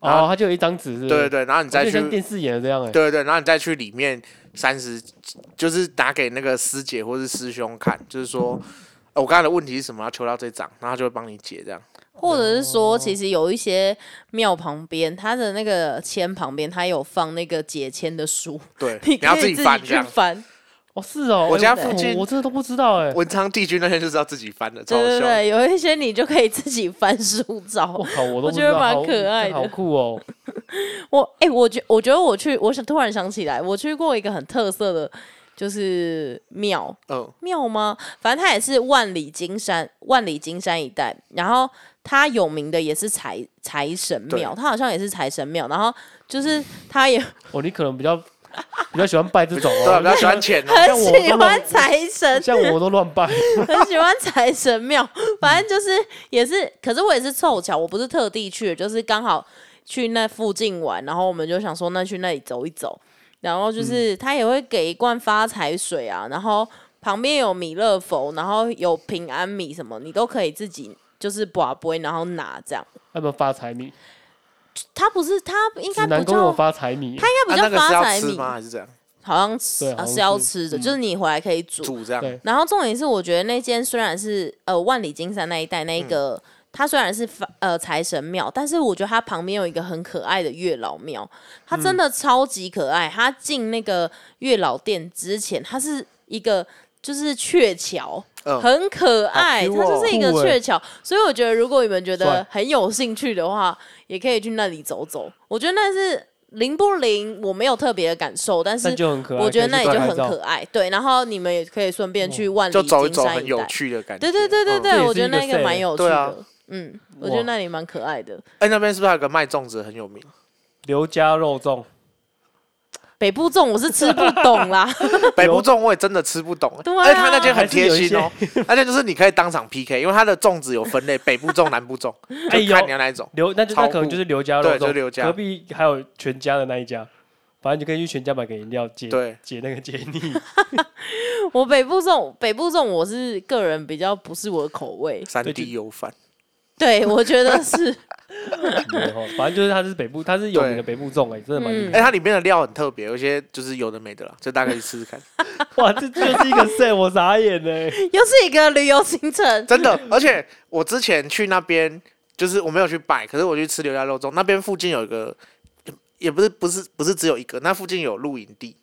C: 然
A: 哦他就有一张纸是不是，
C: 啊对对对，然后你
A: 哦，
C: 再
A: 就
C: 去，
A: 像电视演的这样哎、
C: 对对对，然后你再去里面三十，就是拿给那个师姐或是师兄看，就是说。呃我刚才的问题是什么？要求到这张，然后他就会帮你解这样。
B: 或者是
A: 哦
B: 说，其实有一些庙旁边，它的那个签旁边，它有放那个解签的书，
C: 对，
B: 你
C: 你要
B: 可
C: 自
B: 以
C: 己
B: 自
C: 翻
B: 己
C: 这
B: 去
C: 样。
B: 翻。
A: 哦是哦，
C: 我
A: 哎我
C: 家附近
A: 我真的都不知道哎、
C: 文昌帝君那天就是要自己翻的，超
B: 对
C: 好
B: 对
C: 笑。
B: 对，有一些你就可以自己翻书
A: 我
C: 哦
B: 找。
A: 靠，我都不
B: 我觉
A: 知
B: 得
A: 道
B: 蛮
A: 好
B: 可爱的
A: 好酷哦，
B: 我哎、我觉我觉得我去，我想突然想起来，我去过一个很特色的，就是庙
C: 嗯，
B: 庙吗？反正它也是万里金山，万里金山一带。然后它有名的也是财财神庙，
C: 对
B: 它好像也是财神庙。然后就是它也
A: 哦你可能比较比较喜欢拜这种
C: 对啊，比较
A: 哦，
C: 喜欢钱哦。
A: 像
B: 很
A: 我都
B: 喜
A: 乱
B: 欢财神，
A: 像我都乱拜，
B: 很喜欢财神庙，反正就是也是，可是我也是凑巧，我不是特地去，就是刚好去那附近玩，然后我们就想说那去那里走一走，然后
A: 嗯
B: 就是他也会给一罐发财水啊，然后旁边有弥勒佛，然后有平安米什么，你都可以自己就是把杯，然后拿这样。
A: 他们发财米，
B: 他不是他应该
A: 指南
B: 不
A: 宫有
B: 叫，
A: 发财米，
B: 他应该不
C: 啊那
B: 叫
C: 个
B: 发
C: 是
B: 财
C: 要吃
B: 米，
C: 吗？还是这样
B: 好像吃
A: 对好
B: 啊
A: 像
B: 是要
A: 是
B: 吃的，
A: 嗯
B: 就是你回来可以煮。
C: 煮这样？
A: 对
B: 然后重点是，我觉得那间虽然是呃万里金山那一带那一
A: 嗯
B: 个，它虽然是发呃财神庙，但是我觉得它旁边有一个很可爱的月老庙，它真的超级可爱。它进那个月老殿之前，它是一个就是鹊桥。
C: 嗯
B: 很可爱，
C: 好 Q
B: 它就是一个
A: 哦酷欸
B: 鹊桥，所以我觉得如果你们觉得
A: 帅
B: 很有兴趣的话，也可以去那里走走。我觉得那是灵不灵，我没有特别的感受，但是
A: 但就很可爱，
B: 我
A: 啊
B: 觉得
A: 可
B: 那
A: 以
B: 里
A: 去
B: 就
A: 拍
B: 很
A: 照
B: 可爱。对，然后你们也可以顺便去万里
C: 就走一
B: 金
C: 走，
B: 山
C: 很
B: 一
C: 有
B: 带。
C: 趣的感
B: 对
C: 觉。
B: 对对对
C: 嗯
A: 嗯这
B: 对，
A: 也
B: 我
A: 是
B: 觉得
A: 一个
B: 那个
A: set
B: 蛮有趣
C: 对啊
B: 的。嗯，我觉得
A: 哇
B: 那里蛮可爱的。
C: 哎，那边是不是还有个卖粽子很有名？
A: 刘家肉粽，
B: 北部粽我是 吃不懂啦，
C: 北部粽我也真的吃不懂。
B: 对啊
C: 而且他那间很
A: 还是
C: 贴
A: 有一
C: 心哦，而且就是你可以当场 PK，因为他的粽子有分类，北部粽、南部粽，
A: 哎
C: 就
A: 有
C: 看你要哪一种。
A: 刘那就那
C: 超
A: 可能
C: 酷
A: 就是刘家肉
C: 对
A: 粽，
C: 就是刘家
A: 隔壁还有全家的那一家，反正你可以去全家买个饮料解
C: 对
A: 解那个解腻。
B: 我北部粽北部粽我是个人比较不是我的口味。
C: 三
A: 对就
C: D 油饭，
B: 对，我觉得 是
A: 对哦 反正就是它是北部，它是有名的北部粽哎、真的蛮
B: 嗯
A: 厉害。
C: 哎，它里面的料很特别，有些就是有的没的啦，就大概去试试看。
A: 哇，这就是一个 set，我傻眼欸 呢、
B: 又是一个旅游行程。
C: 真的，而且我之前去那边，就是我没有去拜，可是我去吃刘家肉粽，那边附近有一个，也不是不是不是只有一个，那附近有露营地，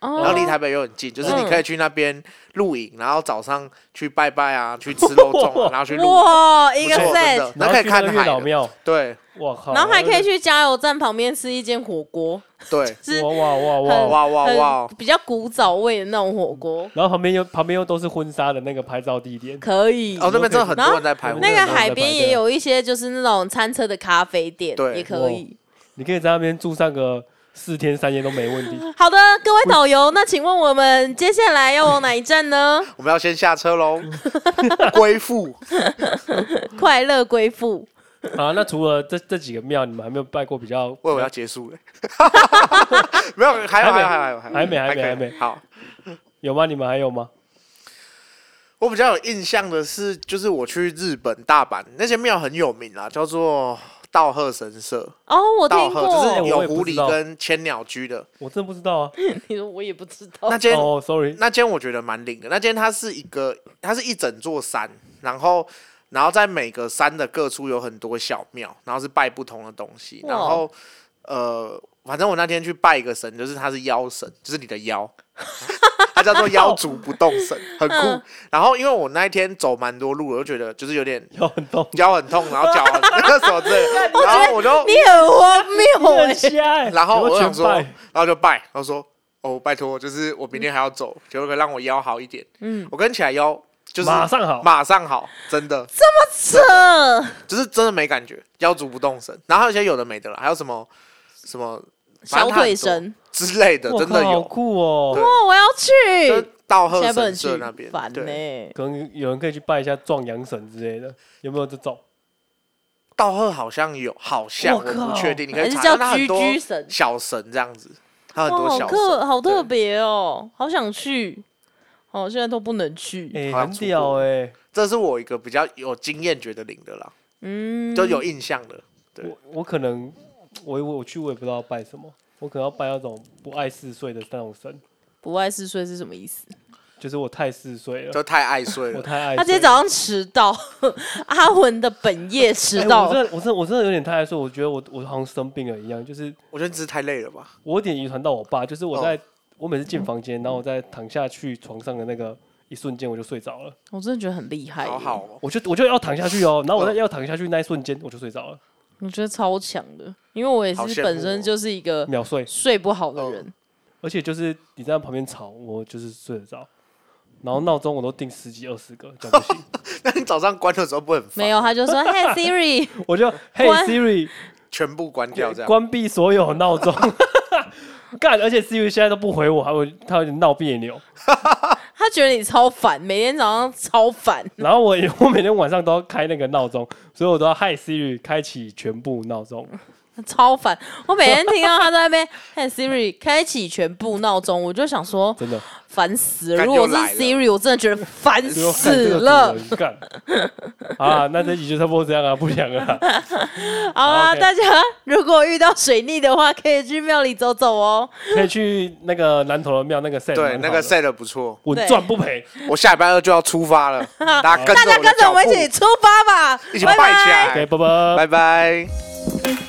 B: 哦
C: 然后离台北又很近，就是你
B: 嗯
C: 可以去那边露营，然后早上去拜拜啊，去吃肉粽、啊，然后去露营，
B: 哇，一
C: 不
B: 个
C: 错真
B: set，
C: 的，哦然后可以
A: 去那
C: 看
A: 个月
C: 海
A: 老
C: 的，
A: 庙，
C: 对
A: 我靠，
B: 然后还可以去加油站旁边吃一间火锅，
C: 对，
B: 吃
A: 哇哇哇 哇，
B: 很
C: 哇哇哦哇
B: 很，比较古早味的那种火锅，
A: 然后旁边又旁边又都是婚纱的那个拍照地 点，
B: 可以。
C: 哦那边真的很多人在拍，
A: 然后
B: 那
A: 真的
B: 个
A: 很多人
B: 海
A: 在
B: 边
A: 排
B: 也
A: 队
B: 有一些就是那种餐车的咖啡店，
C: 对
B: 也可以。
A: 你可以在那边住上个四天三夜都没问题。
B: 好的，各位导游，那请问我们接下来要往哪一站 呢？
C: 我们要先下 车喽，归附，
B: 快乐归附，
A: 啊，那除了这这几个庙，你们还没有拜过比较？
C: 我以为要结束了， 没有，还有还有还有
A: 还没还没
C: 可以
A: 还没
C: 好。
A: 有吗？你们还有吗？
C: 我比较有印象的是，就是我去日本大阪那些庙很有名啦，叫做道贺神社。
B: 哦，我
C: 道
B: 听
C: 贺就是
B: 过。
A: 哎我
C: 有
A: 也不
C: 狐
A: 知
C: 狸
A: 道
C: 跟千鸟居的
A: 我真的不知道啊。
B: 你说我也不知道
C: 那，间，
A: 哦，sorry，
C: 那间我觉得蛮灵的。那间它是一个，它是一整座山，然后然后在每个山的各处有很多小庙，然后是拜不同的东西，
B: 哇
C: 然后呃，反正我那天去拜一个神，就是他是妖 神，就是你的腰，他叫做妖族不动 神，很酷
B: 嗯。
C: 然后因为我那一天走蛮多路，我就觉得就是有点
A: 腰很痛，
C: 腰很痛，然后脚很 那什么之类的，然后我就
B: 你很荒 谬
A: 很
B: 哎、
A: 瞎欸。
C: 然后我想说，
A: 全
C: 然
A: 败
C: 后就拜，然后说哦，拜托，就是我明天还要走，就可以让我腰好一点。嗯，我跟起来腰就是
A: 马上好
C: 马上好，真的
B: 这
C: 就是真的没感觉，腰足不动神。然后还有一些有的没的了，还有什么什么
B: 小腿
C: 神
B: 神，
C: 之类的，
A: 我
C: 真的
A: 靠好
C: 有。
A: 酷哦。
C: 对，
B: 哦，我要
C: 就是
B: 去，
C: 道
B: 现
C: 贺
B: 在不能
C: 神
B: 去
C: 社那边，
B: 烦欸呢、
C: 对，
A: 可能有人可以去拜一下壮阳神之类的，有没有这种？
C: 道贺好像有，好像
A: 我
C: 我
A: 靠
C: 不确定，你可
B: 还
C: 以
B: 是
C: 查
B: 叫
C: 它很
B: 居
C: 多
B: 居神？
C: 小神这样子，它很
B: 哇，
C: 多
B: 好
C: 小神
B: 特，好特
C: 对
B: 别哦，好想去，哦，现在都不能去，
A: 哎，
C: 好像
A: 很
C: 嗯出
A: 屌
C: 过
A: 哎！
C: 这是我一个比较有经验觉得灵的啦，
B: 嗯，
C: 就有印象的。对
A: 我我可能我我我去我也不知道要拜什么，我可能要拜那种不爱嗜睡的那种神，
B: 不爱嗜睡是什么意思？
A: 就是我太嗜睡 了，
C: 都太爱睡
A: 我
C: 了。
A: 太爱睡了。
B: 他今天早上迟到， 阿文的本业迟
A: 哎
B: 到
A: 我，真的我真的我真的有点太爱睡，我觉得我我好像生病了一样，就是
C: 我觉得你只是太累了吧？
A: 我有点遗传到我爸，就是我
C: 哦
A: 在、我每次进房间，然后我在躺下去床上的那个一瞬间我就睡着了，
B: 我真的觉得很厉害耶，
C: 好好哦，
A: 我就我就要躺下去哦，然后我在
C: 哦
A: 要躺下去那一瞬间我就睡着了，
B: 我觉得超强的，因为我也
C: 好羡
B: 是
C: 慕
B: 本身
C: 哦
B: 就是一个
A: 秒睡，
B: 睡不好的人，
A: 而且就是你在旁边吵，我就是睡得着。然后闹钟我都定十几二十个，这样不 行。
C: 那你早上关的时候不会很烦？
B: 没有，他就说 嘿 Siri，
A: 我 就 Hey
B: 关
A: Siri，
C: 全部关掉这样。
A: 关闭所有闹钟。 干，而且 Siri 现在都不回我，还会他有点闹别扭。
B: 他觉得你超烦，每天早上超烦，
A: 然后我 我每天晚上都要开那个闹钟，所以我都要 Hi Siri 开启全部闹钟。
B: 超烦。我每天听到他在那边嘿 Siri 开启全部闹钟，我就想说
A: 真的，
B: 烦死了。
C: 干
B: 如
C: 就
B: 果是
C: 来了
B: Siri，我真的觉得烦
A: 就哎看
B: 死
A: 这个主
B: 了。
A: 人干啊！那这集就差不多这样啊，不讲了啊。
B: 好啊，
A: OK
B: 大家如果遇到水逆的话，可以去庙里走走哦。
A: 可以去那个南头的庙那个 set，
C: 对，那个 set 的不错，
A: 稳赚不赔。
C: 我下礼拜二就要出发 了，大家跟
B: 大
C: 着
B: 家
C: 我的
B: 跟着
C: 脚
B: 我们一起
C: 步，
B: 出发吧，
C: 一起
B: 拜
C: 拜
B: 拜
C: 起。
A: OK，
C: 来，
A: 拜拜。
C: 拜拜。